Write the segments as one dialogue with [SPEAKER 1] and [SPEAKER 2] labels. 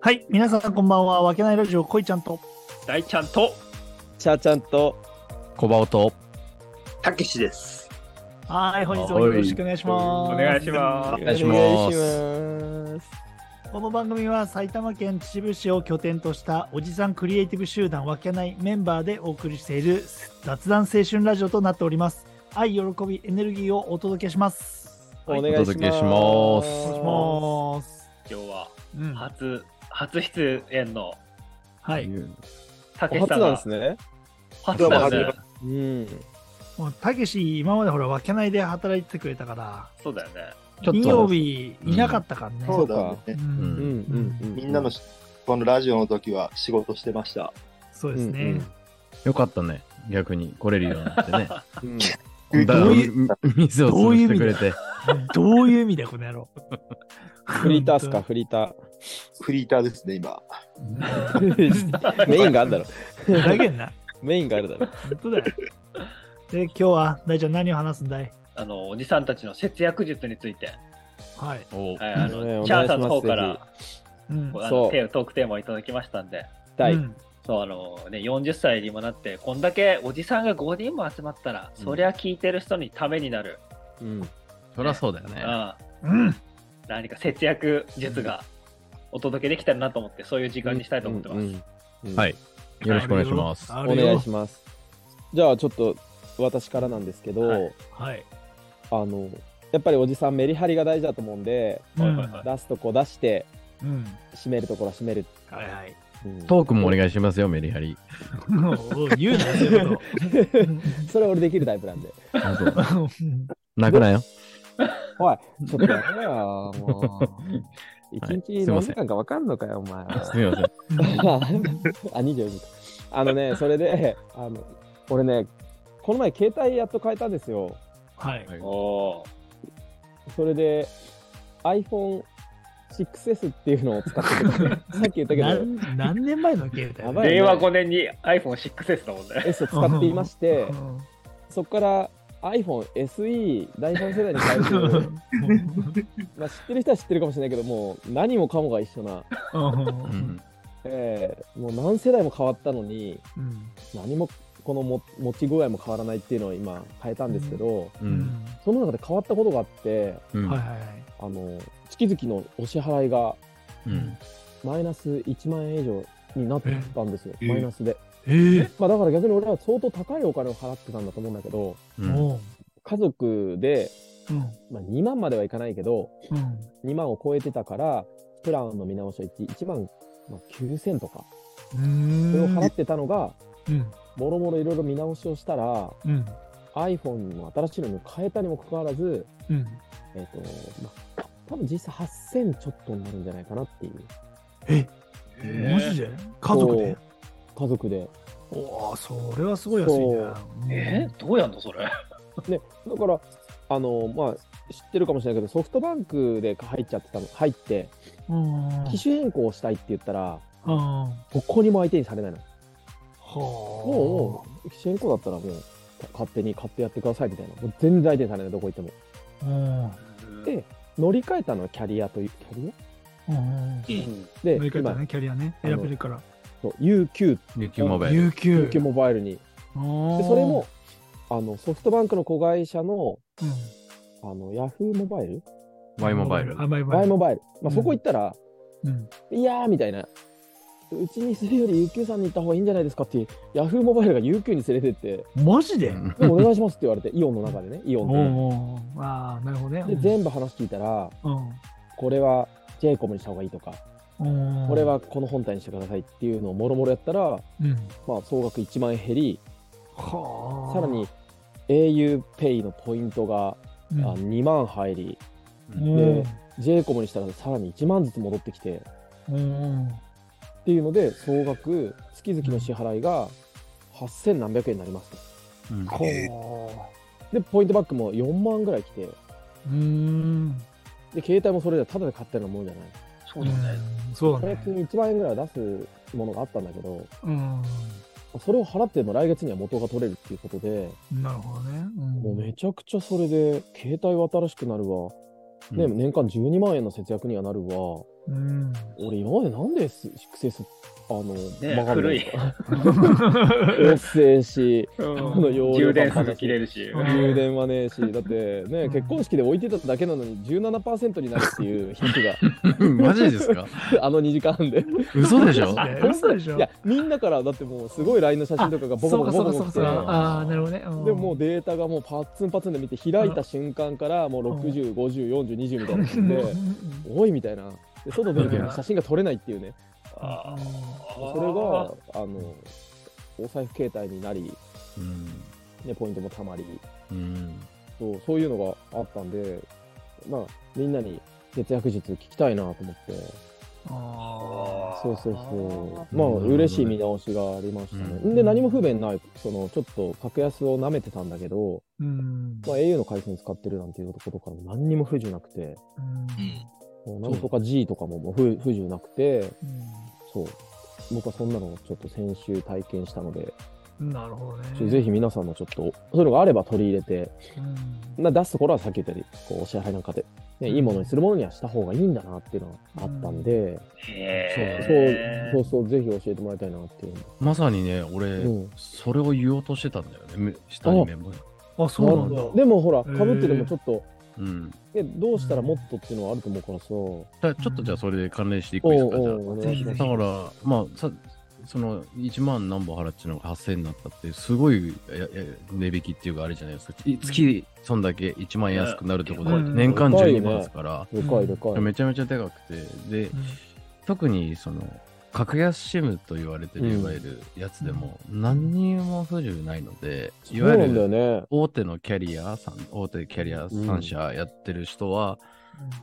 [SPEAKER 1] はい、皆さんこんばんは。わけないラジオ、こいちゃんと。
[SPEAKER 2] 大ちゃんと
[SPEAKER 3] シャーちゃんと
[SPEAKER 4] 小バオと
[SPEAKER 2] たけしです。
[SPEAKER 1] はい、本日もよろしくお願いします。
[SPEAKER 2] お願いしま
[SPEAKER 4] お
[SPEAKER 2] す。
[SPEAKER 4] 願いします
[SPEAKER 3] 願いします
[SPEAKER 1] この番組は埼玉県秩父市を拠点としたおじさんクリエイティブ集団わけないメンバーでお送りしている雑談青春ラジオとなっております。愛、喜び、エネルギーをお届けします。
[SPEAKER 3] お
[SPEAKER 1] はい
[SPEAKER 3] 願いします。
[SPEAKER 4] お届けします
[SPEAKER 3] お
[SPEAKER 1] お願いします。
[SPEAKER 2] 今日は
[SPEAKER 1] うん、は
[SPEAKER 2] 初、初出演の
[SPEAKER 1] い。
[SPEAKER 2] たけしさ
[SPEAKER 3] 初
[SPEAKER 2] ん
[SPEAKER 3] なん
[SPEAKER 2] が
[SPEAKER 3] ですね。
[SPEAKER 2] 初なんですね。
[SPEAKER 3] うん。
[SPEAKER 1] もうたけし、今までほら、わけないで働いててくれたから、
[SPEAKER 2] そうだよね。
[SPEAKER 4] ちょっと
[SPEAKER 1] 金曜日いなかったからね。
[SPEAKER 5] そうだ
[SPEAKER 1] う
[SPEAKER 5] ね。
[SPEAKER 3] う
[SPEAKER 1] ん
[SPEAKER 3] んうんうん。
[SPEAKER 5] みんなのしこのラジオの時は仕事してました。
[SPEAKER 1] そうですね。
[SPEAKER 3] うんうん
[SPEAKER 4] よかったね逆に来れるようになってね
[SPEAKER 3] うん。
[SPEAKER 4] だから
[SPEAKER 1] どういう
[SPEAKER 4] 水を潰してくれて
[SPEAKER 1] どういう意味だよ、この野郎。
[SPEAKER 3] フリーターっすか、フリータ
[SPEAKER 5] フリーターですね、今。
[SPEAKER 3] ー。メインがあるだろ。
[SPEAKER 1] ふざけんな。
[SPEAKER 3] メインがあるだろ。
[SPEAKER 1] 本当だよ。で、今日は大ちゃん何を話すんだい
[SPEAKER 2] あの、おじさんたちの節約術につ いて、
[SPEAKER 1] はい。
[SPEAKER 2] は
[SPEAKER 4] お
[SPEAKER 2] い、あ
[SPEAKER 3] ね
[SPEAKER 2] の、
[SPEAKER 3] お願いします
[SPEAKER 2] チャーさんの方から、
[SPEAKER 1] うん
[SPEAKER 2] あ
[SPEAKER 3] そ
[SPEAKER 2] の
[SPEAKER 3] う
[SPEAKER 2] テートークテーマをいただきましたんで、
[SPEAKER 3] 第
[SPEAKER 1] う
[SPEAKER 3] 一
[SPEAKER 1] ん
[SPEAKER 2] そう、あの、ね、40歳にもなって、こんだけおじさんが5人も集まったら、
[SPEAKER 3] うん
[SPEAKER 2] そりゃ聞いてる人にためになる。
[SPEAKER 3] うん。
[SPEAKER 4] そりゃそうだよ
[SPEAKER 2] う
[SPEAKER 4] ね
[SPEAKER 2] ん。
[SPEAKER 1] うん。
[SPEAKER 2] 何か節約術がお届けできたらなと思って、そういう時間にしたいと思ってます。
[SPEAKER 3] うんうん
[SPEAKER 4] はいよろしくお願いします
[SPEAKER 1] あ
[SPEAKER 3] お
[SPEAKER 1] るよ
[SPEAKER 3] 願いします。じゃあちょっと私からなんですけ
[SPEAKER 2] は
[SPEAKER 3] ど、
[SPEAKER 1] はい。
[SPEAKER 3] あの、やっぱりおじさんメリハリが大事だと思うんで、
[SPEAKER 2] はいはいはい
[SPEAKER 3] 出すとこ出して、
[SPEAKER 1] うん。
[SPEAKER 3] 締めるところは締める。
[SPEAKER 1] はいはい。
[SPEAKER 3] うん
[SPEAKER 4] トークもお願いしますよメリハリ
[SPEAKER 1] おう言うな、そういうこ
[SPEAKER 3] それ俺できるタイプなんで。
[SPEAKER 4] あそう
[SPEAKER 1] と。
[SPEAKER 4] 泣くなよ
[SPEAKER 3] おい、ちょっとやめろよ、 もう。
[SPEAKER 4] はい
[SPEAKER 3] 一日
[SPEAKER 4] すいま
[SPEAKER 3] 何
[SPEAKER 4] せ
[SPEAKER 3] 時
[SPEAKER 4] ん
[SPEAKER 3] 間か分かんのかよ、お 前。
[SPEAKER 4] すみません
[SPEAKER 3] あ、24時間。あのね、それで、あの、俺ね、この前携帯やっと変えたんですよ。
[SPEAKER 1] はい。
[SPEAKER 4] はい
[SPEAKER 2] おー
[SPEAKER 3] それで、iPhone6S っていうのを 使ってて、さっき言ったけど、
[SPEAKER 1] 何何年前のゲームだよ
[SPEAKER 3] や
[SPEAKER 1] ね
[SPEAKER 3] ばい
[SPEAKER 2] 令和5年に iPhone6S だもんね。
[SPEAKER 3] S を使っていまして、
[SPEAKER 1] うん
[SPEAKER 3] そこから iPhone SE 第3世代に変え るという、まあ、知ってる人は知ってるかもしれないけど、もう何もかもが一緒な、
[SPEAKER 1] うん
[SPEAKER 4] うん
[SPEAKER 3] えーもう何世代も変わったのに、
[SPEAKER 1] うん
[SPEAKER 3] 何もこのも持ち具合も変わらないっていうのを今変えたんですけど、
[SPEAKER 1] う
[SPEAKER 4] う
[SPEAKER 1] んん
[SPEAKER 3] その中で変わったことがあって
[SPEAKER 4] うん
[SPEAKER 1] はいはいはい。
[SPEAKER 3] あの月々のお支払いが
[SPEAKER 4] うん
[SPEAKER 3] マイナス1万円以上になったんですよ
[SPEAKER 1] え
[SPEAKER 3] マイナスで、
[SPEAKER 1] ええ
[SPEAKER 3] まあ、だから逆に俺は相当高いお金を払ってたんだと思うんだけど
[SPEAKER 4] うん
[SPEAKER 1] おう
[SPEAKER 3] 家族で、
[SPEAKER 1] うん
[SPEAKER 3] まあ、2万まではいかないけど
[SPEAKER 1] うん
[SPEAKER 3] 2万を超えてたからプランの見直しを 1, 1万まあ9000とか
[SPEAKER 1] う
[SPEAKER 3] それを
[SPEAKER 1] ん
[SPEAKER 3] 払ってたのが
[SPEAKER 1] うん
[SPEAKER 3] もろもろいろいろ見直しをしたら
[SPEAKER 1] うん
[SPEAKER 3] iPhone の新しいのに変えたにもかかわらず
[SPEAKER 1] うん
[SPEAKER 3] えっ、と、まあ、多分実際8000ちょっとになるんじゃないかなっていう。
[SPEAKER 1] えマジで家族で
[SPEAKER 3] そう家族で。
[SPEAKER 1] おおそれはすごい安いなうん
[SPEAKER 2] えーどうやんのそれ。
[SPEAKER 3] だから、あの、まあ、知ってるかもしれないけど、ソフトバンクで入っちゃってたの、入って、
[SPEAKER 1] うん
[SPEAKER 3] 機種変更したいって言ったら、
[SPEAKER 1] うんは
[SPEAKER 3] どこにも相手にされないの。
[SPEAKER 1] あ
[SPEAKER 3] もう、機種変更だったらもう、勝手に買ってやってくださいみたいな。もう全然相手にされない、どこ行っても。
[SPEAKER 1] うん
[SPEAKER 3] で乗り換えたのはキャリアという、キャリ
[SPEAKER 1] うん
[SPEAKER 2] うん
[SPEAKER 3] アで、
[SPEAKER 1] 乗り換えた
[SPEAKER 3] 今、
[SPEAKER 1] ねキャリアね
[SPEAKER 3] あの
[SPEAKER 1] 選べるから
[SPEAKER 3] そう UQ
[SPEAKER 4] 琉球モバイル
[SPEAKER 1] 有給
[SPEAKER 3] UQ モバイルに。で、それも、あの、ソフトバンクの子会社の、あの、ヤフーモバイル
[SPEAKER 4] Y モバイル
[SPEAKER 1] あマイモバ
[SPEAKER 3] バ
[SPEAKER 1] イ
[SPEAKER 3] イ
[SPEAKER 1] ル
[SPEAKER 3] モバイル。まあ、
[SPEAKER 1] うん
[SPEAKER 3] そこ行ったら、
[SPEAKER 1] うん
[SPEAKER 3] いやーみたいな。うちにするより UQ さんに行った方がいいんじゃないですかっていう、ヤフーモバイルが UQ に連れてって、
[SPEAKER 1] マジ
[SPEAKER 4] う
[SPEAKER 1] で
[SPEAKER 4] ん
[SPEAKER 3] でもお願いしますって言われ て、イオンの中でね、イオ
[SPEAKER 1] お
[SPEAKER 3] ン
[SPEAKER 1] うおうああなるほどね
[SPEAKER 3] の。で、全部話聞いたら、
[SPEAKER 1] うん
[SPEAKER 3] これは j イコムにした方がいいとか、
[SPEAKER 1] うん
[SPEAKER 3] これはこの本体にしてくださいっていうのをもろもろやったら、
[SPEAKER 1] うん
[SPEAKER 3] まあ、総額1万円減り、
[SPEAKER 1] はあ
[SPEAKER 3] さらに auPay のポイントが
[SPEAKER 1] う
[SPEAKER 3] あ
[SPEAKER 1] ん
[SPEAKER 3] 2万入り、
[SPEAKER 1] うん
[SPEAKER 3] で j イコムにしたらさらに1万ずつ戻ってきて、
[SPEAKER 1] うん
[SPEAKER 3] っていうので総額月々の支払いが8000何百円になりますと
[SPEAKER 4] うん
[SPEAKER 1] こ
[SPEAKER 3] でポイントバックも4万ぐらい来てで
[SPEAKER 1] ううん
[SPEAKER 3] 携帯もそれじゃただで買ったようなもんじゃない
[SPEAKER 2] そうだね。
[SPEAKER 1] そう
[SPEAKER 3] こ
[SPEAKER 1] だ
[SPEAKER 3] れ
[SPEAKER 1] ね
[SPEAKER 3] 金1万円ぐらいは出すものがあったんだけど
[SPEAKER 1] うん
[SPEAKER 3] それを払っても来月には元が取れるっていうことで
[SPEAKER 1] なるほどね
[SPEAKER 3] もう
[SPEAKER 1] うん
[SPEAKER 3] めちゃくちゃそれで携帯は新しくなるわね、年間12万円の節約にはなるわ。
[SPEAKER 1] うん。
[SPEAKER 3] 俺、今までなんで 6S、あの、
[SPEAKER 2] ね
[SPEAKER 3] 曲がるん ですか安いし、この容量
[SPEAKER 2] 充電
[SPEAKER 3] パ
[SPEAKER 2] す
[SPEAKER 3] ンパンだ
[SPEAKER 2] ぐ
[SPEAKER 3] し
[SPEAKER 2] 切れるし。
[SPEAKER 3] 充電はねえし、だって
[SPEAKER 1] う
[SPEAKER 3] ね、
[SPEAKER 1] ん
[SPEAKER 3] 結婚式で置いてただけなのに17%になるっていう皮膚が、
[SPEAKER 4] マジですか
[SPEAKER 3] あの2時間半で。
[SPEAKER 4] 嘘でしょ
[SPEAKER 1] ね嘘でしょ
[SPEAKER 3] いや、みんなからだってもうすごい LINE の写真とかがボコボコボコボコ
[SPEAKER 1] あそうかそう
[SPEAKER 3] 来て
[SPEAKER 4] う
[SPEAKER 1] かそうかそう
[SPEAKER 4] ボコボコ
[SPEAKER 1] かああ、なるほどね。うん
[SPEAKER 3] でももうデータがもうパッツンパツンで見て開いた瞬間からもう60、50、40、20みたいな感じで、多いみたいな。で外出ると写真が撮れないっていうね。
[SPEAKER 2] あー
[SPEAKER 3] それが、あの、お財布携帯になり、
[SPEAKER 4] うん
[SPEAKER 3] ね、ポイントもたまり、
[SPEAKER 4] うん
[SPEAKER 3] そうそういうのがあったんで、まあ、みんなに節約術聞きたいなと思って、
[SPEAKER 1] あ
[SPEAKER 3] そうそうそう、まあ、
[SPEAKER 4] なるほどね
[SPEAKER 3] 嬉しい見直しがありましたね。
[SPEAKER 4] うん
[SPEAKER 3] で、何も不便ない、その、ちょっと格安を舐めてたんだけど、
[SPEAKER 1] ーうん。
[SPEAKER 3] まあ、au の回線使ってるなんていうことからも何にも不自由なくて、
[SPEAKER 1] うん
[SPEAKER 3] もうなんとか G とかももう不不自由なくて、
[SPEAKER 1] う
[SPEAKER 3] そう。僕はそんなのをちょっと先週体験したので、
[SPEAKER 1] んなるほど
[SPEAKER 3] ちょ
[SPEAKER 1] ね。
[SPEAKER 3] ぜひ皆さんもちょっと、そういうのがあれば取り入れて、
[SPEAKER 1] うん
[SPEAKER 3] な出すところはさっき言ったように、こう、お支払いなんかで、ね、いいものにするものにはした方がいいんだなっていうのがあったんで、
[SPEAKER 2] へ
[SPEAKER 3] そう
[SPEAKER 2] ー
[SPEAKER 3] そうそう、ぜひ教えてもらいたいなっていうの
[SPEAKER 4] まさにね、俺、
[SPEAKER 3] うん
[SPEAKER 4] それを言おうとしてたんだよねめ、下にメモが。
[SPEAKER 1] あ、そうなんだ。
[SPEAKER 3] でもほら、
[SPEAKER 1] へー
[SPEAKER 3] かぶってでもちょっと、
[SPEAKER 4] うん。だ
[SPEAKER 3] ね、どうしたらもっとっていうのはあると思うからさ、
[SPEAKER 4] からちょっとじゃあそれで関連していくんですか、じゃあ。
[SPEAKER 3] おうおう
[SPEAKER 1] ぜひぜひ
[SPEAKER 4] だから、まあ、さその1万何本払っちゅうのが8000になったって、すごいやや値引きっていうか、あれじゃないですか、い月、そんだけ1万円安くなるってことで、
[SPEAKER 1] うん
[SPEAKER 4] 年間
[SPEAKER 3] でかいね
[SPEAKER 4] 12万ですから、
[SPEAKER 3] でかいでかい。
[SPEAKER 4] めちゃめちゃでかくて、で、特にその、格安 SIM と言われてる、
[SPEAKER 3] うん
[SPEAKER 4] いわゆるやつでも、何にも不自由ないので、い
[SPEAKER 3] そう
[SPEAKER 4] わ
[SPEAKER 3] な
[SPEAKER 4] ゆ
[SPEAKER 3] んだよ
[SPEAKER 4] る
[SPEAKER 3] ね。
[SPEAKER 4] 大手のキャリアさん、大手キャリア3社やってる人は、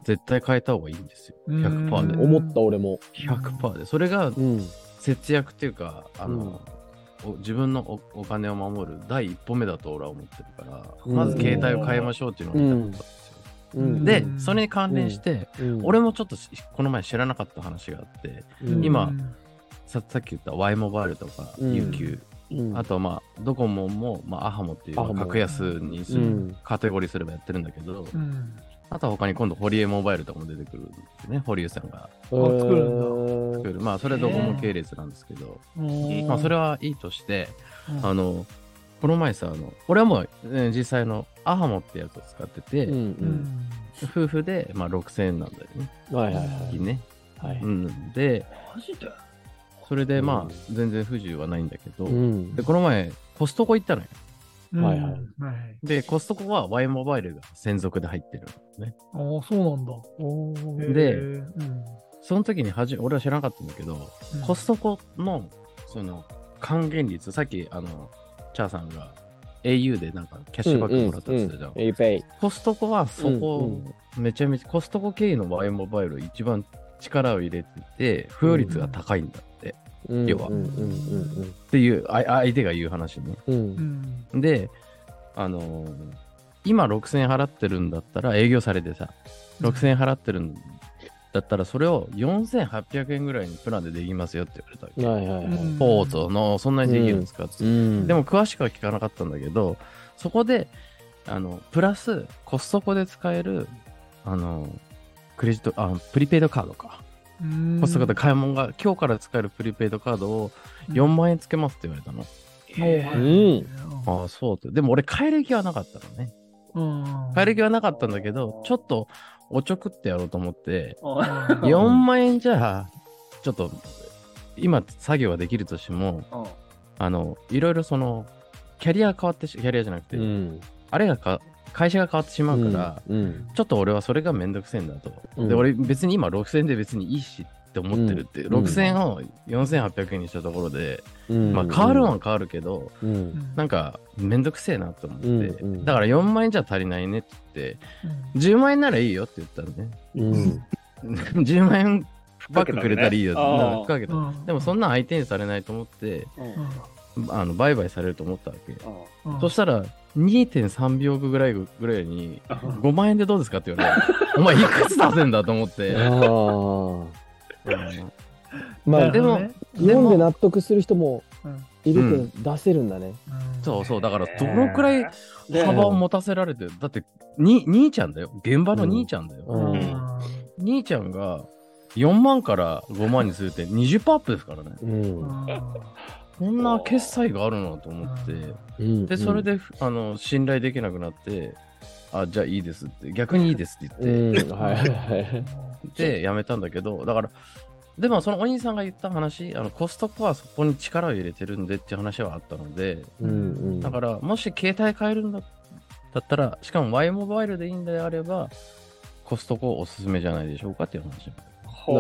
[SPEAKER 4] 絶対変えた方がいいんですよ。100%で。
[SPEAKER 3] 思った俺も。
[SPEAKER 4] 100%で。それが
[SPEAKER 3] うん。
[SPEAKER 4] 節約っていうかあの、お自分のおお金を守る第一歩目だと俺は思ってるから、
[SPEAKER 3] うん
[SPEAKER 4] まず携帯を変えましょうっていうのが言いたかった
[SPEAKER 3] うん
[SPEAKER 4] んですよ、
[SPEAKER 1] うん
[SPEAKER 4] でそれに関連して、
[SPEAKER 3] うん
[SPEAKER 4] 俺もちょっとしこの前知らなかった話があって
[SPEAKER 3] うん
[SPEAKER 4] 今ささっき言った Y モバイルとか
[SPEAKER 3] うん
[SPEAKER 4] UQ、
[SPEAKER 3] うん
[SPEAKER 4] あとまあドコモも、まあ、アハモっていうまあ
[SPEAKER 3] アハモ
[SPEAKER 4] 格安にす
[SPEAKER 3] う
[SPEAKER 4] る、
[SPEAKER 3] ん
[SPEAKER 4] カテゴリーすればやってるんだけど、
[SPEAKER 1] うん。
[SPEAKER 4] あとは他に今度ホリエモバイルとかも出てくるんですね堀江さんが
[SPEAKER 1] 作る
[SPEAKER 4] 作るまあそれはドコモ系列なんですけど、
[SPEAKER 1] うん
[SPEAKER 4] まあそれはいいとして、
[SPEAKER 1] うん
[SPEAKER 4] あの、この前さ、あの、俺はもう、えー実際のアハモってやつを使ってて、
[SPEAKER 3] うんうん
[SPEAKER 4] 夫婦で、まあ、6000円なんだよね。
[SPEAKER 3] はいはいはい
[SPEAKER 4] いいね。。
[SPEAKER 3] はいう
[SPEAKER 4] ん。で、
[SPEAKER 2] マジで
[SPEAKER 4] それで、ま
[SPEAKER 3] う
[SPEAKER 4] あ、全然不自由はないんだけど、
[SPEAKER 3] うん
[SPEAKER 4] で、この前、コストコ行ったのよ。
[SPEAKER 1] うん
[SPEAKER 3] はいは
[SPEAKER 1] は
[SPEAKER 3] い
[SPEAKER 1] い。
[SPEAKER 4] で、コストコは Y モバイルが専属で入ってるのね。
[SPEAKER 1] ああ、そうなんだ。へー
[SPEAKER 4] で
[SPEAKER 1] うん
[SPEAKER 4] その時にはじ、俺は知らなかったんだけど、コストコの、その、還元率、さっき、あの、チャーさんが au でなんかキャッシュバックもらったって言ってたじゃん。
[SPEAKER 3] エイペイ。
[SPEAKER 4] コストコはそこ
[SPEAKER 3] うんう
[SPEAKER 4] を
[SPEAKER 3] ん
[SPEAKER 4] めちゃめちゃコストコ経由の Y モバイルを一番力を入れてて付与率が高いんだって、要は
[SPEAKER 3] うんうん
[SPEAKER 4] っていうあ相手が言う話ね
[SPEAKER 3] うんう
[SPEAKER 1] うんん
[SPEAKER 4] であのー今6000円払ってるんだったら営業されてさ6000円払ってるんだったらそれを4800円ぐらいにプランでできますよって言わ
[SPEAKER 3] う
[SPEAKER 4] れたわけ、
[SPEAKER 3] ん。はいはいはい。
[SPEAKER 4] ポートのそんなにできるんですかって、
[SPEAKER 3] うん
[SPEAKER 4] でも詳しくは聞かなかったんだけど、そこで、あの、プラス、コストコで使える、あの、クレジット、あ、プリペイドカードか。
[SPEAKER 1] うん
[SPEAKER 4] コストコで買い物が、今日から使えるプリペイドカードを
[SPEAKER 1] うん
[SPEAKER 4] 4万円つけますって言われたの。
[SPEAKER 1] はい
[SPEAKER 3] うん
[SPEAKER 4] ああ、そうって。でも俺、買える気はなかったのね。
[SPEAKER 1] うん
[SPEAKER 4] 買える気はなかったんだけど、ちょっとおちょくってやろうと思って、
[SPEAKER 1] うん
[SPEAKER 4] 4万円じゃ、ちょっと、今作業はできるとしても、あの、いろいろその、キャリア変わってし、キャリアじゃなくて、
[SPEAKER 3] うん。
[SPEAKER 4] あれがか会社が変わってしまうから、
[SPEAKER 3] うん。
[SPEAKER 4] ちょっと俺はそれがめんどくせえんだと。
[SPEAKER 3] うん
[SPEAKER 4] で、俺別に今6000円で別にいいしって思ってるって、
[SPEAKER 3] うん
[SPEAKER 4] 6000円を4800円にしたところで、
[SPEAKER 3] うん
[SPEAKER 4] まあ変わるは変わるけど、
[SPEAKER 3] う。
[SPEAKER 1] うんん
[SPEAKER 4] なんかめんどくせえなと思って、
[SPEAKER 3] うんうん
[SPEAKER 4] だから4万円じゃ足りないねって
[SPEAKER 1] うん
[SPEAKER 4] 言って、10万円ならいいよって言ったのね。
[SPEAKER 3] うん。
[SPEAKER 4] 10万円バックくれたらいいよって
[SPEAKER 2] あー
[SPEAKER 4] なんかかけた。
[SPEAKER 1] うん
[SPEAKER 4] でもそんなん相手にされないと思って、
[SPEAKER 1] うん
[SPEAKER 4] あの売買されると思ったわけ。
[SPEAKER 1] うん
[SPEAKER 4] そしたら2.3秒ぐらいぐらいに5万円でどうですかって言われて、 お前いくつ出せんだと思って。
[SPEAKER 3] あ
[SPEAKER 4] うん
[SPEAKER 3] あ。ま
[SPEAKER 1] な
[SPEAKER 3] あ、
[SPEAKER 1] るほど
[SPEAKER 4] で
[SPEAKER 1] ね
[SPEAKER 4] も
[SPEAKER 3] 読んで納得する人もいるけど、出せるんだね。
[SPEAKER 1] うん
[SPEAKER 4] そうそう、だから
[SPEAKER 2] ね
[SPEAKER 4] どのくらい
[SPEAKER 5] ね
[SPEAKER 4] 幅を持たせられてる、だって、に兄ちゃんだよ。現場の兄ちゃんだよ。
[SPEAKER 3] うん
[SPEAKER 4] 兄ちゃんが4万から5万にするって20%アップですからね。
[SPEAKER 3] うん
[SPEAKER 4] こんな決済があるのと思って。
[SPEAKER 3] うん
[SPEAKER 4] で、それで、あの、信頼できなくなって、あ、じゃあいいですって、逆にいいですって
[SPEAKER 3] う
[SPEAKER 4] 言って、
[SPEAKER 3] んはいはい
[SPEAKER 4] で、やめたんだけど、だから、でもそのお兄さんが言った話、あのコストコはそこに力を入れてるんでっていう話はあったので、
[SPEAKER 3] うんうん
[SPEAKER 4] だから、もし携帯変えるんだだったら、しかも Y モバイルでいいんであれば、コストコおすすめじゃないでしょうかっていう話。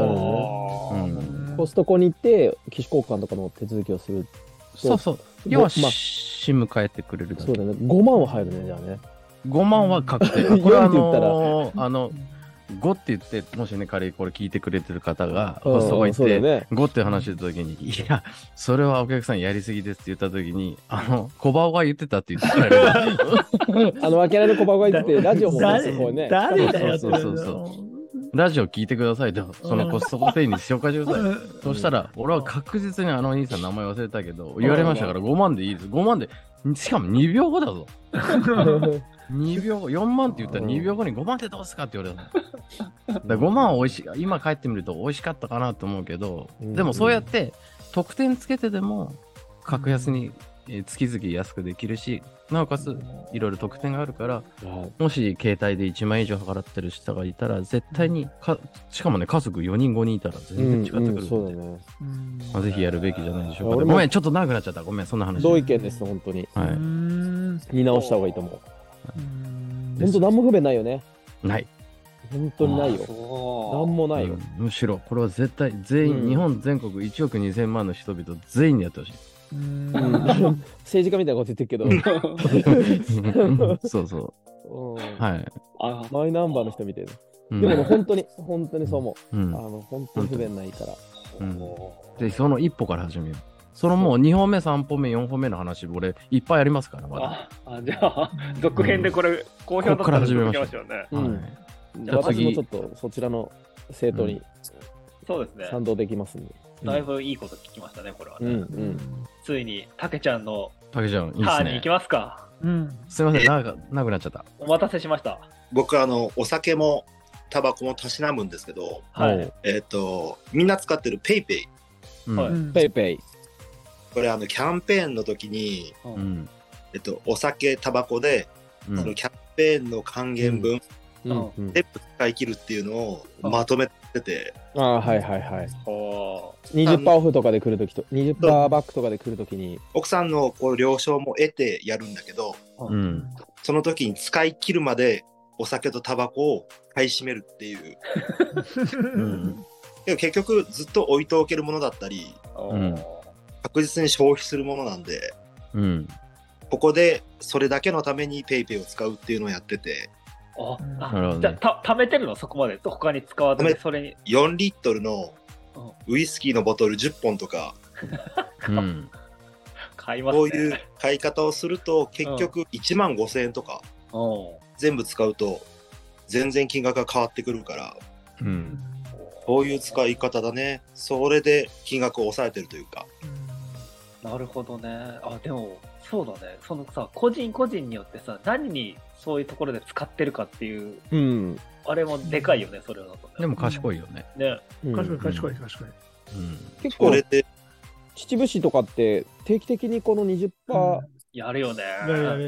[SPEAKER 2] ほ
[SPEAKER 4] う
[SPEAKER 2] ー
[SPEAKER 4] ん、
[SPEAKER 3] コストコに行って機種交換とかの手続きをする
[SPEAKER 4] そうそう。要は、
[SPEAKER 3] まあ
[SPEAKER 4] シム変えてくれるだ
[SPEAKER 3] そ
[SPEAKER 4] け
[SPEAKER 3] う。だね5万は入るねじゃあね
[SPEAKER 4] 5万は確定。
[SPEAKER 3] ん
[SPEAKER 4] これはあ
[SPEAKER 3] 4って言ったら
[SPEAKER 4] のーあの、5って言って、もしね、仮にこれ聞いてくれてる方が、
[SPEAKER 3] うん
[SPEAKER 4] コストコ行っ
[SPEAKER 3] そうだ
[SPEAKER 4] て、
[SPEAKER 3] よね
[SPEAKER 4] 5って話した時に、いや、それはお客さんやりすぎですって言った時に、あの、小バオが言ってたって言ってたら、
[SPEAKER 3] あの、わけないの小箱行って、ラジオも出す
[SPEAKER 1] 誰
[SPEAKER 3] こうね。
[SPEAKER 1] 誰だよ
[SPEAKER 4] そうそうそうラジオ聞いてくださいと、そのコストコ店員に紹介してください。そしたら、俺は確実にあのお兄さん名前忘れたけど、言われましたから5万でいいです。5万で、しかも2秒後だぞ。2秒後、4万って言ったら
[SPEAKER 3] うん
[SPEAKER 4] 2秒後に5万ってどうすかって言われた の。だから5万は美味しい、今帰ってみると美味しかったかなと思うけど、
[SPEAKER 3] うん
[SPEAKER 4] でもそうやって特典つけてでも格安にえー月々安くできるし、なおかついろいろ特典があるから、
[SPEAKER 3] はい
[SPEAKER 4] もし携帯で1万円以上払ってる人がいたら、絶対にか、しかもね、家族4人5人いたら全
[SPEAKER 3] うん
[SPEAKER 4] 然違ってくるん
[SPEAKER 3] う
[SPEAKER 4] で
[SPEAKER 3] んそうだね。
[SPEAKER 4] まあぜひやるべきじゃないでしょうか。
[SPEAKER 3] 俺
[SPEAKER 4] ご
[SPEAKER 3] も
[SPEAKER 4] めん、ちょっと長くなっちゃった。ごめん、そんな話。
[SPEAKER 3] 同意見です、本当に。
[SPEAKER 4] は
[SPEAKER 3] 見直した方がいいと思う。
[SPEAKER 4] で
[SPEAKER 3] 本
[SPEAKER 4] す
[SPEAKER 3] 当、何も不便ないよね。
[SPEAKER 4] い。ない。
[SPEAKER 3] 本当にないよ。
[SPEAKER 2] そ
[SPEAKER 3] 何もないよ。
[SPEAKER 4] うんむしろ、これは絶対、全員、
[SPEAKER 3] うん
[SPEAKER 4] 日本全国1億2000万の人々全員にやってほしい。
[SPEAKER 3] うん政治家みたいなこと言ってるけど、
[SPEAKER 4] そうそうう。
[SPEAKER 3] ん
[SPEAKER 4] はい。
[SPEAKER 2] あ
[SPEAKER 3] マイナンバーの人みたいな。
[SPEAKER 4] う
[SPEAKER 3] でもね、
[SPEAKER 4] ん
[SPEAKER 3] 本当に、本当にそう思う。あ
[SPEAKER 4] うん。
[SPEAKER 3] の、本当に不便ないから。
[SPEAKER 4] うん
[SPEAKER 2] ほー
[SPEAKER 4] で、その一歩から始めよう。そのもう2歩目、3歩目、4歩目の話、俺、いっぱいありますから、まだ。
[SPEAKER 2] ああじゃあ続編でこれ好評だったら続きましょうね
[SPEAKER 3] う
[SPEAKER 4] は
[SPEAKER 3] ん
[SPEAKER 4] い
[SPEAKER 2] じ
[SPEAKER 4] ゃあ
[SPEAKER 3] 私も
[SPEAKER 4] 次
[SPEAKER 3] ちょっとそちらの政党に
[SPEAKER 2] そうです
[SPEAKER 3] 賛
[SPEAKER 2] ね
[SPEAKER 3] 同できますんで。
[SPEAKER 2] だいぶいいこと聞きましたねこれは
[SPEAKER 3] う
[SPEAKER 2] ね、
[SPEAKER 3] んうん。
[SPEAKER 2] ついにたけちゃんの
[SPEAKER 4] 竹ちゃん、いい
[SPEAKER 2] タ
[SPEAKER 4] っす
[SPEAKER 2] ーンに行
[SPEAKER 4] ね
[SPEAKER 2] き。ますか
[SPEAKER 4] すいません、長く長くなっちゃった。
[SPEAKER 2] お待たせしました
[SPEAKER 6] 僕あのお酒もタバコもたしなむんですけど、
[SPEAKER 2] はい、
[SPEAKER 3] もう。
[SPEAKER 6] えっ、とみんな使ってるペイペイ
[SPEAKER 4] うん
[SPEAKER 2] はい
[SPEAKER 3] ペイペイ。
[SPEAKER 6] これあのキャンペーンの時に、
[SPEAKER 2] う
[SPEAKER 4] うんん。
[SPEAKER 6] えっとお酒タバコで、
[SPEAKER 4] うん
[SPEAKER 6] そのキャンペーンの還元分、
[SPEAKER 3] うんうん
[SPEAKER 6] 全部使い切るっていうのをまとめてて、
[SPEAKER 3] ああ、はいはいはい。
[SPEAKER 2] ほ
[SPEAKER 3] 20%オフとかで来るときと、20%バックとかで来るときに、
[SPEAKER 6] 奥さんのこう了承も得てやるんだけど
[SPEAKER 4] うん。
[SPEAKER 6] その時に使い切るまでお酒とタバコを買い占めるっていう
[SPEAKER 4] うん
[SPEAKER 6] でも結局ずっと置いておけるものだったり
[SPEAKER 2] ーおー
[SPEAKER 4] うん
[SPEAKER 6] 確実に消費するものなんで
[SPEAKER 4] うん。
[SPEAKER 6] ここでそれだけのためにペイペイを使うっていうのをやってて
[SPEAKER 2] ああ
[SPEAKER 4] なるほどね
[SPEAKER 2] じゃあた貯めてるのそこまで他に使わずに
[SPEAKER 6] 貯め
[SPEAKER 2] それに
[SPEAKER 6] 4リットルのウイスキーのボトル10本とか
[SPEAKER 4] うん。
[SPEAKER 2] 買いますね
[SPEAKER 6] こういう買い方をすると結局1万5000円とか
[SPEAKER 2] お
[SPEAKER 6] 全部使うと全然金額が変わってくるから
[SPEAKER 4] うん。
[SPEAKER 6] そういう使い方だねそれで金額を抑えてるというか
[SPEAKER 2] ーなるほどねあでもそうだねそのさ個人個人によってさ何にそういうところで使ってるかっていう
[SPEAKER 3] うん。
[SPEAKER 2] あれもでかいよねそれだとね
[SPEAKER 4] でも賢いよね。
[SPEAKER 2] ね
[SPEAKER 3] うん
[SPEAKER 4] うん。
[SPEAKER 3] 結
[SPEAKER 6] そ
[SPEAKER 3] 構
[SPEAKER 6] れ、で
[SPEAKER 3] 秩父市とかって定期的にこの20%
[SPEAKER 2] やるよね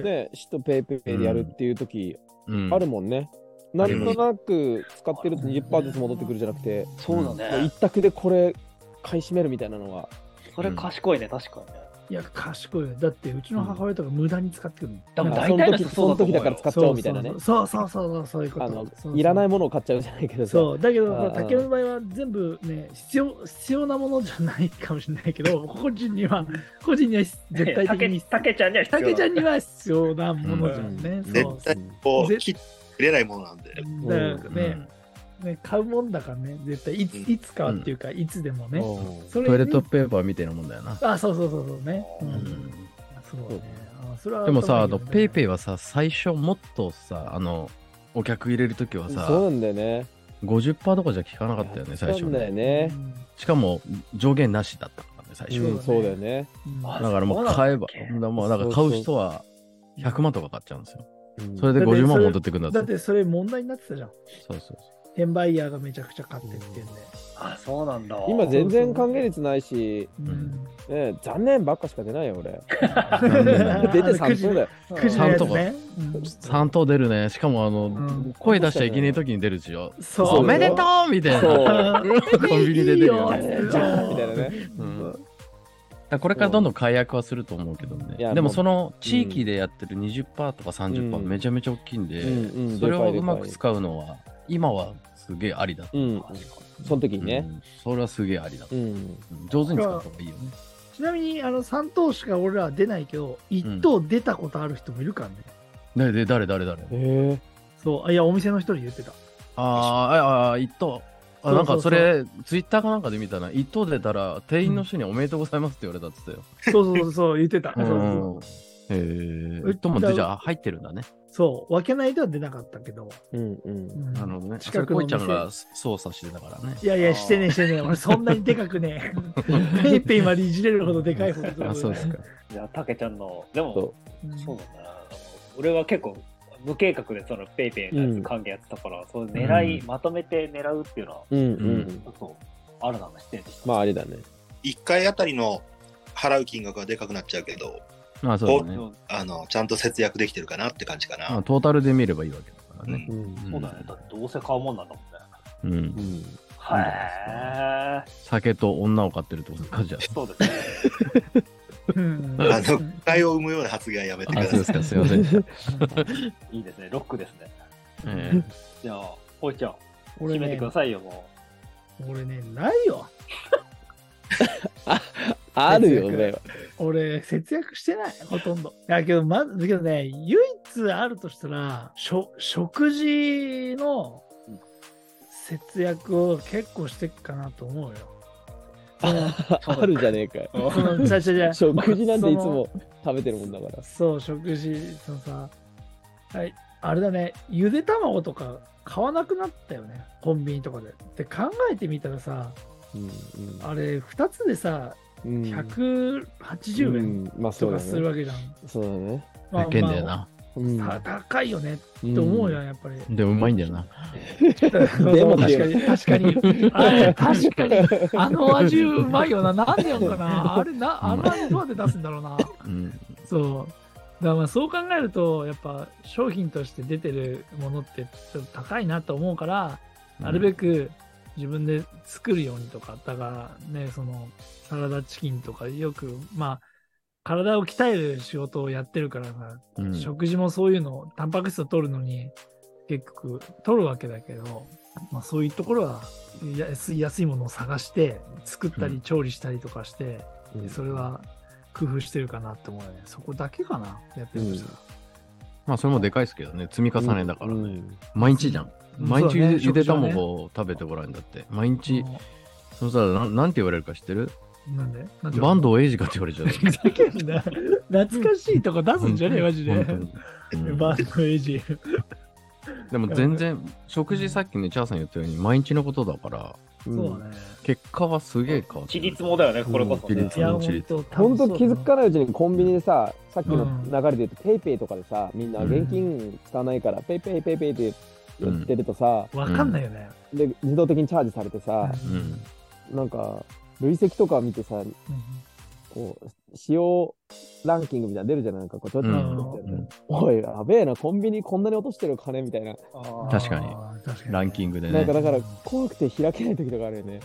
[SPEAKER 3] で、市とペイペイでやるっていう時
[SPEAKER 4] うん
[SPEAKER 3] あるもんね。なんとなく使ってると20%ずつ戻ってくるじゃなくて、
[SPEAKER 2] そうだね、
[SPEAKER 3] もう一択でこれ買い占めるみたいなのが。
[SPEAKER 2] それ賢いね確かにね
[SPEAKER 1] いや、賢いよ。だって、うちの母親とか無駄に使ってくるの。
[SPEAKER 2] でも
[SPEAKER 3] あ
[SPEAKER 2] 大
[SPEAKER 3] そ
[SPEAKER 2] 体
[SPEAKER 3] の
[SPEAKER 2] の
[SPEAKER 3] 時
[SPEAKER 2] 人そ
[SPEAKER 3] その
[SPEAKER 2] うだと思うよ
[SPEAKER 3] 時だから使っちゃおうみたいなね。
[SPEAKER 1] そうそうそうそう、そういうこ
[SPEAKER 3] あの
[SPEAKER 1] と。そう
[SPEAKER 3] いらないいものを買っちゃうじゃないけどさ。
[SPEAKER 1] そうだけど、まあ
[SPEAKER 3] あー
[SPEAKER 1] 竹の場合は全部ね必要、必要なものじゃないかもしれないけ ど、個人には、個人には絶対的に
[SPEAKER 2] たけちゃんには必要
[SPEAKER 1] 竹ちゃんには必要なものじゃんね。
[SPEAKER 3] うん
[SPEAKER 1] そう
[SPEAKER 6] 絶対こ
[SPEAKER 1] ぜ
[SPEAKER 6] う切ってれないものなんで
[SPEAKER 1] だからね,、ね、買うもんだからね、絶対いつ
[SPEAKER 6] うん
[SPEAKER 1] いつかはっていうか、いつでもね。
[SPEAKER 3] うん
[SPEAKER 1] そ
[SPEAKER 4] ト
[SPEAKER 1] れ
[SPEAKER 4] イレ
[SPEAKER 1] に
[SPEAKER 4] ットペーパーみたいなもんだよな。
[SPEAKER 1] あ、そうそうそうそうね。う
[SPEAKER 4] うんん
[SPEAKER 1] そうね。あそれは
[SPEAKER 4] でもさ、あの、ペイペ
[SPEAKER 1] イ
[SPEAKER 4] イはさ、最初もっとさ、あの、お客入れるときは
[SPEAKER 3] そう
[SPEAKER 4] さ、
[SPEAKER 3] なんだよね。
[SPEAKER 4] 50%とかじゃ効かなかったよね、最
[SPEAKER 3] そ
[SPEAKER 4] 初
[SPEAKER 3] うなんだよ
[SPEAKER 4] ね。
[SPEAKER 3] ね。
[SPEAKER 4] しかも、上限なしだったからね。ね、最
[SPEAKER 3] う
[SPEAKER 4] 初。
[SPEAKER 3] ん、そうだよね。
[SPEAKER 1] うん
[SPEAKER 2] あ
[SPEAKER 4] だからもう買えば、だからもうだから買う人は100万とか買っちゃうんですよ。それで50万戻ってくるんだって。
[SPEAKER 1] だってそれ問題になってたじゃん。
[SPEAKER 4] そうそう
[SPEAKER 1] 転売ヤーがめちゃくちゃ買ってってんで。
[SPEAKER 2] あ、そうなんだ。
[SPEAKER 3] 今全然還元率ないし、
[SPEAKER 1] う
[SPEAKER 4] うん ん。
[SPEAKER 3] ね、残念ばっかしか出ないよ俺。
[SPEAKER 4] そう。残念な
[SPEAKER 1] あー
[SPEAKER 3] 出て3分だよ。
[SPEAKER 1] くじのやつね。うん
[SPEAKER 4] 3等出るね。しかもあの、
[SPEAKER 1] うん
[SPEAKER 4] 声出しちゃいけねえ時に出るしよ。
[SPEAKER 1] そう。
[SPEAKER 3] そう
[SPEAKER 4] おめでとうみたい
[SPEAKER 3] そう
[SPEAKER 4] な。コンビニで出るよ
[SPEAKER 1] いい
[SPEAKER 4] ね。
[SPEAKER 1] よ
[SPEAKER 3] じゃあみたいなね。
[SPEAKER 4] うんだからこれからどんどん解約はすると思うけどね
[SPEAKER 3] いや。
[SPEAKER 4] でも
[SPEAKER 3] もう
[SPEAKER 4] その地域でやってる20%とか30%
[SPEAKER 3] うん
[SPEAKER 4] めちゃめちゃ大きいんで、
[SPEAKER 3] うんうん
[SPEAKER 4] それ
[SPEAKER 3] で
[SPEAKER 4] をう
[SPEAKER 3] かい
[SPEAKER 4] まく使うのは、今はすげえありだ。
[SPEAKER 3] うん。その時にね
[SPEAKER 4] う。んそれはすげえありだ。
[SPEAKER 3] うん。
[SPEAKER 4] うん上手に使った方がいいよね。
[SPEAKER 1] ちなみに、あの、3等しか俺らは出ないけど、1等出たことある人もいるからね。
[SPEAKER 4] で、で、誰、誰、誰
[SPEAKER 3] え
[SPEAKER 1] そう。あいや、お店の人に言ってた。
[SPEAKER 4] あーあ、あ、一等。あ
[SPEAKER 1] そうそうそう
[SPEAKER 4] なんかそれ、ツイッターかなんかで見たな。一等出たら、店員の人におめでとうございますって言われたって言って
[SPEAKER 1] そうそうそうそう、言ってた。
[SPEAKER 4] た
[SPEAKER 1] そう
[SPEAKER 4] よ。
[SPEAKER 1] そうそう
[SPEAKER 4] うんへえ。一等も
[SPEAKER 1] う
[SPEAKER 4] 出
[SPEAKER 1] ん
[SPEAKER 4] じゃあ入ってるんだね。
[SPEAKER 1] そう、分けないでは出なかったけど。
[SPEAKER 3] え。うんうん。
[SPEAKER 1] うん
[SPEAKER 4] なるほどね。そ
[SPEAKER 1] 近
[SPEAKER 4] れ、
[SPEAKER 1] く
[SPEAKER 4] こ
[SPEAKER 1] の
[SPEAKER 4] いちゃん
[SPEAKER 1] 店
[SPEAKER 4] が操作してたからね。
[SPEAKER 1] いやいや、してねえしてねえ。俺、そんなにでかくね え。ペイペイまでいじれるほどでかいほど。
[SPEAKER 4] あ、そうですか。
[SPEAKER 2] じゃあ、たけちゃんの、でも、
[SPEAKER 3] そ
[SPEAKER 1] うん
[SPEAKER 2] そうだな。俺は結構無計画でそのペイペイのやつ還元やってたから、そういう狙い、
[SPEAKER 4] うん
[SPEAKER 2] まとめて狙うっていうのは、
[SPEAKER 3] う。うんう。
[SPEAKER 4] うん
[SPEAKER 2] そう、あるなの視点でした。
[SPEAKER 3] まあありだね。
[SPEAKER 6] 1回あたりの払う金額はでかくなっちゃうけど、
[SPEAKER 4] まあ、そうだね。
[SPEAKER 2] そ
[SPEAKER 6] あのちゃんと節約できてるかなって感じか
[SPEAKER 4] ま
[SPEAKER 6] な
[SPEAKER 4] あ、。トータルで見ればいいわけだから
[SPEAKER 6] う
[SPEAKER 4] ね。
[SPEAKER 6] ん
[SPEAKER 3] ん。
[SPEAKER 2] うだね。だってどうせ買うもんなんだもんね。
[SPEAKER 4] うん
[SPEAKER 3] う。ん。
[SPEAKER 2] はい。
[SPEAKER 4] 酒と女を買ってるってことか、じゃ
[SPEAKER 2] そうですね。
[SPEAKER 1] うん
[SPEAKER 6] あの誤解を生むような発言はやめて
[SPEAKER 4] あ。
[SPEAKER 6] く
[SPEAKER 4] あ、
[SPEAKER 6] だ
[SPEAKER 4] そう
[SPEAKER 6] さ
[SPEAKER 4] で
[SPEAKER 6] い。
[SPEAKER 4] すか。すいません。
[SPEAKER 2] いいですね。ロックですね。
[SPEAKER 4] ええ
[SPEAKER 2] じゃあ、ほいちゃん、
[SPEAKER 1] 俺
[SPEAKER 2] 決めて
[SPEAKER 1] ね
[SPEAKER 2] くだ、さいよ、も
[SPEAKER 1] 俺ね、ないよ。
[SPEAKER 3] ある よね。
[SPEAKER 1] 俺、節約してない、ほとんど。だけど、まず、だけどね、唯一あるとしたら、しょ食事の
[SPEAKER 2] うん
[SPEAKER 1] 節約を結構してっかなと思うよ。
[SPEAKER 3] あるじゃねえかよ。
[SPEAKER 2] う。
[SPEAKER 1] その、ちゃちゃちゃ。
[SPEAKER 3] 食事なんていつも食べてるもんだから。
[SPEAKER 1] そう、食事、そのさ、はい、あれだね、ゆで卵とか買わなくなったよね、コンビニとかで。で、考えてみたらさ、
[SPEAKER 3] うん
[SPEAKER 1] あれ、2つでさ、
[SPEAKER 3] うん。うん
[SPEAKER 1] 180円
[SPEAKER 3] うんまあそ
[SPEAKER 1] と
[SPEAKER 3] うだ
[SPEAKER 1] かする
[SPEAKER 3] ね。
[SPEAKER 1] わけじゃん。
[SPEAKER 3] そうだね。
[SPEAKER 1] まあ
[SPEAKER 4] けんだよな。
[SPEAKER 3] うん
[SPEAKER 1] まあた高いよねって思うよ、やっぱり。
[SPEAKER 4] でも、うまいんだよな。
[SPEAKER 1] で
[SPEAKER 3] も
[SPEAKER 1] 確かに、確かに。あ れ、確かに。
[SPEAKER 3] 確か
[SPEAKER 1] あの味うまいよな。なんでやんかな。あれ、なあの味どうやって出すんだろうな。
[SPEAKER 4] うん。
[SPEAKER 1] そう。だからまあそう考えると、やっぱ商品として出てるものってちょっと高いなと思うから、なるべ
[SPEAKER 4] く。
[SPEAKER 1] く自分で作るようにとか、だからね、そのサラダチキンとかよく、まあ、体を鍛える仕事をやってるからさ、
[SPEAKER 4] うん
[SPEAKER 1] 食事もそういうの、タンパク質を取るのに、結局、取るわけだけど、まあ、そういうところは安い、安いものを探して、作った
[SPEAKER 4] う
[SPEAKER 1] り調理したりとかして、
[SPEAKER 3] に
[SPEAKER 1] それは工夫してるかなって思うよね。そこだけかな、やってるとしたら。
[SPEAKER 4] まあ、それもでかいですけどね。積み重ねだから
[SPEAKER 3] う
[SPEAKER 4] ね。
[SPEAKER 3] ん
[SPEAKER 4] 毎日じゃん。
[SPEAKER 1] うん
[SPEAKER 4] 毎
[SPEAKER 1] そ
[SPEAKER 4] 日
[SPEAKER 1] うだね
[SPEAKER 4] ゆ
[SPEAKER 1] 食
[SPEAKER 4] で
[SPEAKER 1] 事はね
[SPEAKER 4] 卵を食べてごらんだって。毎日
[SPEAKER 1] あ、
[SPEAKER 4] そしたらな、なんて言われるか知ってる
[SPEAKER 1] のなんでなんで
[SPEAKER 4] 坂東エイジかって言われち ゃう。
[SPEAKER 1] ふざけんな。懐かしいとこ出すんじゃねえ、マジで。
[SPEAKER 4] 本当にう ん
[SPEAKER 1] バンドエイジ。
[SPEAKER 4] でも全然、食事さっきね、チャーさん言ったように、毎日のことだから、
[SPEAKER 1] そうだね。
[SPEAKER 4] 結果はすげえ変わって
[SPEAKER 2] ち
[SPEAKER 4] くる
[SPEAKER 2] りつもだよね、これこそね。
[SPEAKER 1] い
[SPEAKER 4] うん
[SPEAKER 1] や、
[SPEAKER 4] そのうち
[SPEAKER 1] 本当
[SPEAKER 3] 本当気づか
[SPEAKER 1] な
[SPEAKER 3] ないうちにコンビニでさ、さっきの
[SPEAKER 1] うん
[SPEAKER 3] 流れで言うと、ペイペイとかでさ、みんな現金使わないから、ペイペイペイペイって言ってるとさ、
[SPEAKER 1] い。わかんないよね。
[SPEAKER 3] で、自動的にチャージされてさ、
[SPEAKER 4] うん。
[SPEAKER 3] なんか、累積とか見てさ、こう、使用ランキングみたいなの出るじゃないなんか、こう、ちょっと、
[SPEAKER 4] うん
[SPEAKER 1] うん
[SPEAKER 3] おい、やべえな、コンビニこんなに落としてる金みたいな。
[SPEAKER 2] あー
[SPEAKER 4] 確かに
[SPEAKER 1] に
[SPEAKER 4] ランキングで
[SPEAKER 3] なんか、
[SPEAKER 4] ね。
[SPEAKER 3] だから、怖くて開けない時とかあるよね。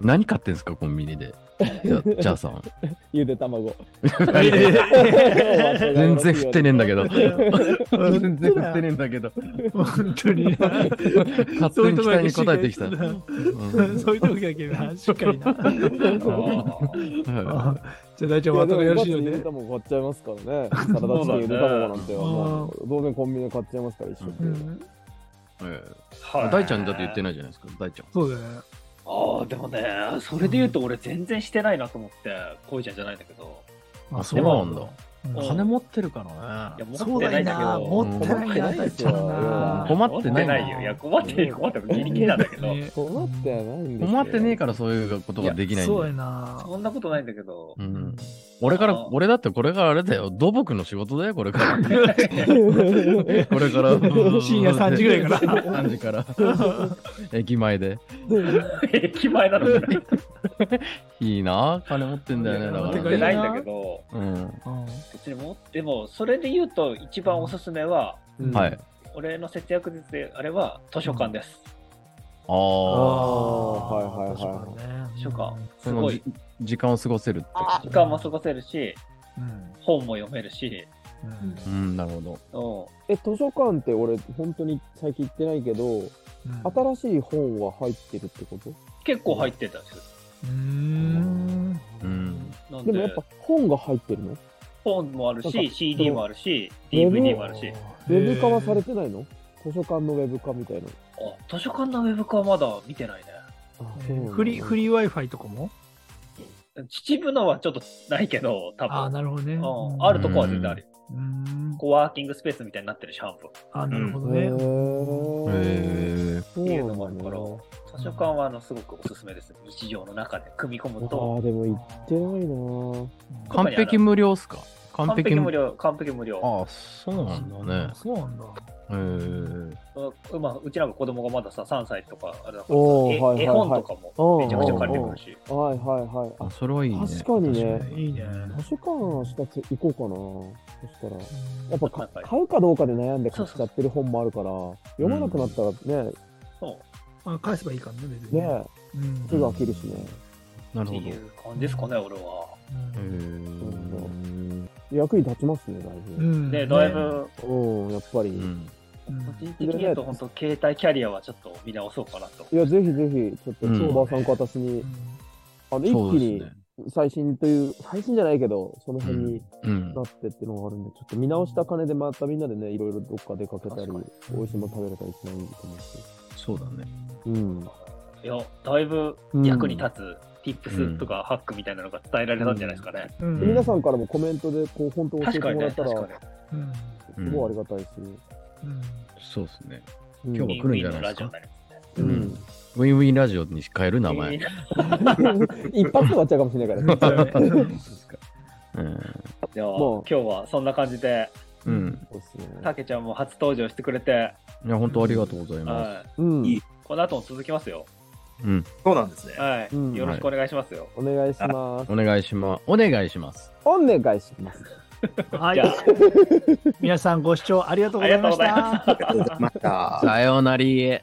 [SPEAKER 4] 何買ってんすか、コンビニで。じ ゃチャーさん。
[SPEAKER 3] ゆで 卵。
[SPEAKER 4] 全然振ってねえんだけど。全
[SPEAKER 1] 全
[SPEAKER 4] 然振ってねえんだけど。
[SPEAKER 1] 本当にな。
[SPEAKER 4] 勝手に期待に応えてきた。うん
[SPEAKER 1] そういう時だけな、しっかりな。あ
[SPEAKER 4] は
[SPEAKER 1] じゃあ大丈
[SPEAKER 3] い
[SPEAKER 1] 夫、
[SPEAKER 3] や
[SPEAKER 1] まとめよろし
[SPEAKER 3] でもよろし
[SPEAKER 1] い
[SPEAKER 3] い
[SPEAKER 1] よ
[SPEAKER 3] よね。
[SPEAKER 1] ね。
[SPEAKER 3] も買っちゃいますからね。サラダチキンゆで卵なんてはもう当然コンビニで買っちゃいますから一緒
[SPEAKER 1] う
[SPEAKER 3] に。
[SPEAKER 1] ん
[SPEAKER 4] いええ
[SPEAKER 2] はい
[SPEAKER 4] 大ちゃんだって言ってないじゃないですか、大ちゃん。
[SPEAKER 1] そうだよね。
[SPEAKER 2] ああ、でもね、それで言うと俺全然してないなと思って、こいちゃんじゃないんだけど、
[SPEAKER 4] あ、そうなんだ。
[SPEAKER 1] うん
[SPEAKER 2] お
[SPEAKER 4] 金持ってるから
[SPEAKER 2] いや
[SPEAKER 4] ね。
[SPEAKER 2] 持
[SPEAKER 1] そ
[SPEAKER 2] っ
[SPEAKER 1] う
[SPEAKER 2] てな
[SPEAKER 1] だ
[SPEAKER 2] いんだけ
[SPEAKER 1] な
[SPEAKER 2] ど。
[SPEAKER 1] 持ってないな
[SPEAKER 3] うん
[SPEAKER 1] 大ちゃんな
[SPEAKER 4] 困ってない
[SPEAKER 2] ないよ。いや、困ってる、困ってる。ギリギリなんだけど。
[SPEAKER 4] ね
[SPEAKER 3] 困ってはないんですよ
[SPEAKER 4] 困ってねえからそういうことができないんだ
[SPEAKER 1] そう
[SPEAKER 4] よ
[SPEAKER 1] やな
[SPEAKER 2] そんなことないんだ けど
[SPEAKER 4] う。ん、俺から、俺だってこれからあれだよ。土木の仕事だよ、これから。これから。
[SPEAKER 1] 深夜3時ぐらいから
[SPEAKER 4] 3時から。駅前で。
[SPEAKER 2] 駅前なのに。
[SPEAKER 4] いいな、金持ってんだよね、だ
[SPEAKER 2] 持
[SPEAKER 4] か
[SPEAKER 2] っ
[SPEAKER 4] ら
[SPEAKER 2] て
[SPEAKER 4] ね、
[SPEAKER 2] くれないんだけど。
[SPEAKER 4] うん。
[SPEAKER 1] う
[SPEAKER 2] 別に持っても、それで言うと、一番おすすめは、
[SPEAKER 3] うん
[SPEAKER 4] はい。
[SPEAKER 2] 俺の節約術であれは図書館です。
[SPEAKER 4] あ
[SPEAKER 1] あ
[SPEAKER 4] あ。
[SPEAKER 3] はいはいはい
[SPEAKER 1] はい
[SPEAKER 2] 図書館。す
[SPEAKER 4] その
[SPEAKER 2] ご
[SPEAKER 4] じ
[SPEAKER 2] い。
[SPEAKER 4] 時間を過ごせるってこと
[SPEAKER 2] 時間も過ごせるし、
[SPEAKER 1] うん
[SPEAKER 2] 本も読めるし。
[SPEAKER 1] うん
[SPEAKER 4] うん、なるほど。
[SPEAKER 2] うん
[SPEAKER 3] え図書館って俺本当に最近行ってないけど
[SPEAKER 1] うん
[SPEAKER 3] 新しい本は入ってるってこと
[SPEAKER 2] 結構入ってたんですよ。
[SPEAKER 1] うーん
[SPEAKER 4] うん。
[SPEAKER 2] なん
[SPEAKER 3] でもやっ
[SPEAKER 2] で
[SPEAKER 3] ぱ、本が入ってるの
[SPEAKER 2] 本もある
[SPEAKER 3] なん
[SPEAKER 2] し、
[SPEAKER 3] か
[SPEAKER 2] CD もあるし、
[SPEAKER 3] うん
[SPEAKER 2] DVD もあるし。
[SPEAKER 3] ウェブ化はされてないの図書館のウェブ化みたいな
[SPEAKER 2] あ、図書館のウェブ化はまだ見てないね。
[SPEAKER 3] あ
[SPEAKER 1] えー
[SPEAKER 3] そうなんだ
[SPEAKER 1] フリーフリー Wi-Fi とかも
[SPEAKER 2] 秩父のはちょっとないけど、多分。
[SPEAKER 1] ああなるほどね
[SPEAKER 2] うん、あるとこは全然あるよ。
[SPEAKER 1] うーん
[SPEAKER 2] こうワーキングスペースみたいになってるし、半分。
[SPEAKER 1] あなるほどね
[SPEAKER 3] へ
[SPEAKER 4] へ
[SPEAKER 3] え
[SPEAKER 4] え。
[SPEAKER 3] そう
[SPEAKER 2] っていう
[SPEAKER 3] な
[SPEAKER 2] の
[SPEAKER 3] ん
[SPEAKER 2] もあ
[SPEAKER 3] だ
[SPEAKER 2] るから
[SPEAKER 3] ね
[SPEAKER 2] 図書館はあのすごくおすすめです。日常の中で組み込
[SPEAKER 3] あ
[SPEAKER 2] むと。
[SPEAKER 3] ーでも行ってないな
[SPEAKER 4] 完璧無料っすか完
[SPEAKER 2] 完璧無
[SPEAKER 4] 料。
[SPEAKER 2] 料、完璧無料。
[SPEAKER 4] ああ、そうなんだね。
[SPEAKER 1] そうなんだ
[SPEAKER 4] へえ。
[SPEAKER 2] うまあ、うちなんか子供がまださ、3歳とか、あれだから
[SPEAKER 3] おー
[SPEAKER 2] え
[SPEAKER 3] はいはいはい
[SPEAKER 2] 絵本とかもめちゃくちゃ借りてくるし。
[SPEAKER 3] はいはいはいあ
[SPEAKER 4] あ、それはいいね。
[SPEAKER 3] 確かにね
[SPEAKER 4] 確か
[SPEAKER 1] いいね
[SPEAKER 3] 図書館は明日つ行こうかなそしたらやっぱ
[SPEAKER 2] やっぱ
[SPEAKER 3] か
[SPEAKER 2] り
[SPEAKER 3] 買うかどうかで悩んで買っちゃってる本もあるから読まなくなったらね、
[SPEAKER 2] そ
[SPEAKER 1] あ返せばいいからね別に
[SPEAKER 3] ね
[SPEAKER 1] うん
[SPEAKER 3] すぐ飽きるしね
[SPEAKER 4] な
[SPEAKER 2] う。っ
[SPEAKER 4] る
[SPEAKER 2] て
[SPEAKER 4] ほ
[SPEAKER 2] い
[SPEAKER 4] ど。
[SPEAKER 2] う
[SPEAKER 4] へ
[SPEAKER 2] 感じですかね、俺は。
[SPEAKER 1] うん
[SPEAKER 3] 役に立ちますねだいうぶ
[SPEAKER 1] ん
[SPEAKER 2] で、
[SPEAKER 1] ね
[SPEAKER 2] だいぶ、
[SPEAKER 3] うんやっぱり、
[SPEAKER 4] え。う
[SPEAKER 1] う
[SPEAKER 4] ん。
[SPEAKER 1] ん
[SPEAKER 2] 個人的に言うと、本当携帯キャリアはちょっと見直そうかなと。
[SPEAKER 3] いやぜひぜひちょっと
[SPEAKER 4] うん
[SPEAKER 3] 相場さんか私に、あの一
[SPEAKER 4] そう
[SPEAKER 3] 気
[SPEAKER 4] です
[SPEAKER 3] に
[SPEAKER 4] ね。
[SPEAKER 3] 最新という最新じゃないけどその辺
[SPEAKER 4] うん
[SPEAKER 3] に
[SPEAKER 4] うん
[SPEAKER 3] な。ってっていうのがあるんで、ちょっと見直した金でまたみんなでねいろいろどっか出かけたり
[SPEAKER 2] 確かに
[SPEAKER 3] 美味しいもの食べれたり一番いいと思うし
[SPEAKER 4] そうだね。
[SPEAKER 3] うん
[SPEAKER 2] いや、だいぶ役に立つ、tips とかハックみたいなのが伝えられたんじゃないですかね。
[SPEAKER 1] う
[SPEAKER 4] うん
[SPEAKER 1] ん
[SPEAKER 3] 皆さんからもコメントでこう本当教え
[SPEAKER 2] 確
[SPEAKER 3] て
[SPEAKER 2] かに
[SPEAKER 3] もら
[SPEAKER 2] ね、
[SPEAKER 3] ったら
[SPEAKER 2] 確
[SPEAKER 3] す
[SPEAKER 2] かに。
[SPEAKER 1] うん
[SPEAKER 3] ごいありがたいし、
[SPEAKER 1] うん
[SPEAKER 4] そうですね。
[SPEAKER 3] うん
[SPEAKER 4] 今日
[SPEAKER 2] ウィ
[SPEAKER 4] は
[SPEAKER 2] ンウ
[SPEAKER 4] 来るんじ
[SPEAKER 2] ィ
[SPEAKER 4] ゃ
[SPEAKER 2] ン
[SPEAKER 4] ない
[SPEAKER 2] の
[SPEAKER 4] で
[SPEAKER 2] ラ
[SPEAKER 4] す
[SPEAKER 2] ジオ
[SPEAKER 4] か
[SPEAKER 2] になりますね。
[SPEAKER 3] う
[SPEAKER 4] うんんウィンウィンラジオに変える名 前。
[SPEAKER 3] 一発で終わっちゃうかもし れないか
[SPEAKER 1] そ
[SPEAKER 3] ら、
[SPEAKER 1] うだね
[SPEAKER 4] そうですかうん
[SPEAKER 2] では、
[SPEAKER 3] も
[SPEAKER 2] 今
[SPEAKER 3] う
[SPEAKER 2] 日はそんな感じで、
[SPEAKER 4] うん。
[SPEAKER 3] そうっすね。
[SPEAKER 2] たけちゃんも初登場してくれて、
[SPEAKER 4] いや、本当ありがとうございま
[SPEAKER 2] はい
[SPEAKER 3] うん、
[SPEAKER 6] いい
[SPEAKER 2] この後も続きますよ。
[SPEAKER 4] す。うん。
[SPEAKER 6] そうなんですね。
[SPEAKER 2] はい、
[SPEAKER 3] うん
[SPEAKER 2] よろしくお願いしますよ。
[SPEAKER 3] お願いします。
[SPEAKER 4] お願いします。お願いします。
[SPEAKER 3] お願いします。
[SPEAKER 1] は
[SPEAKER 2] じゃあ
[SPEAKER 1] い、皆さんご視聴ありがとうございまし
[SPEAKER 2] ありがとうございました
[SPEAKER 6] ありがとうございました。
[SPEAKER 4] さようなり。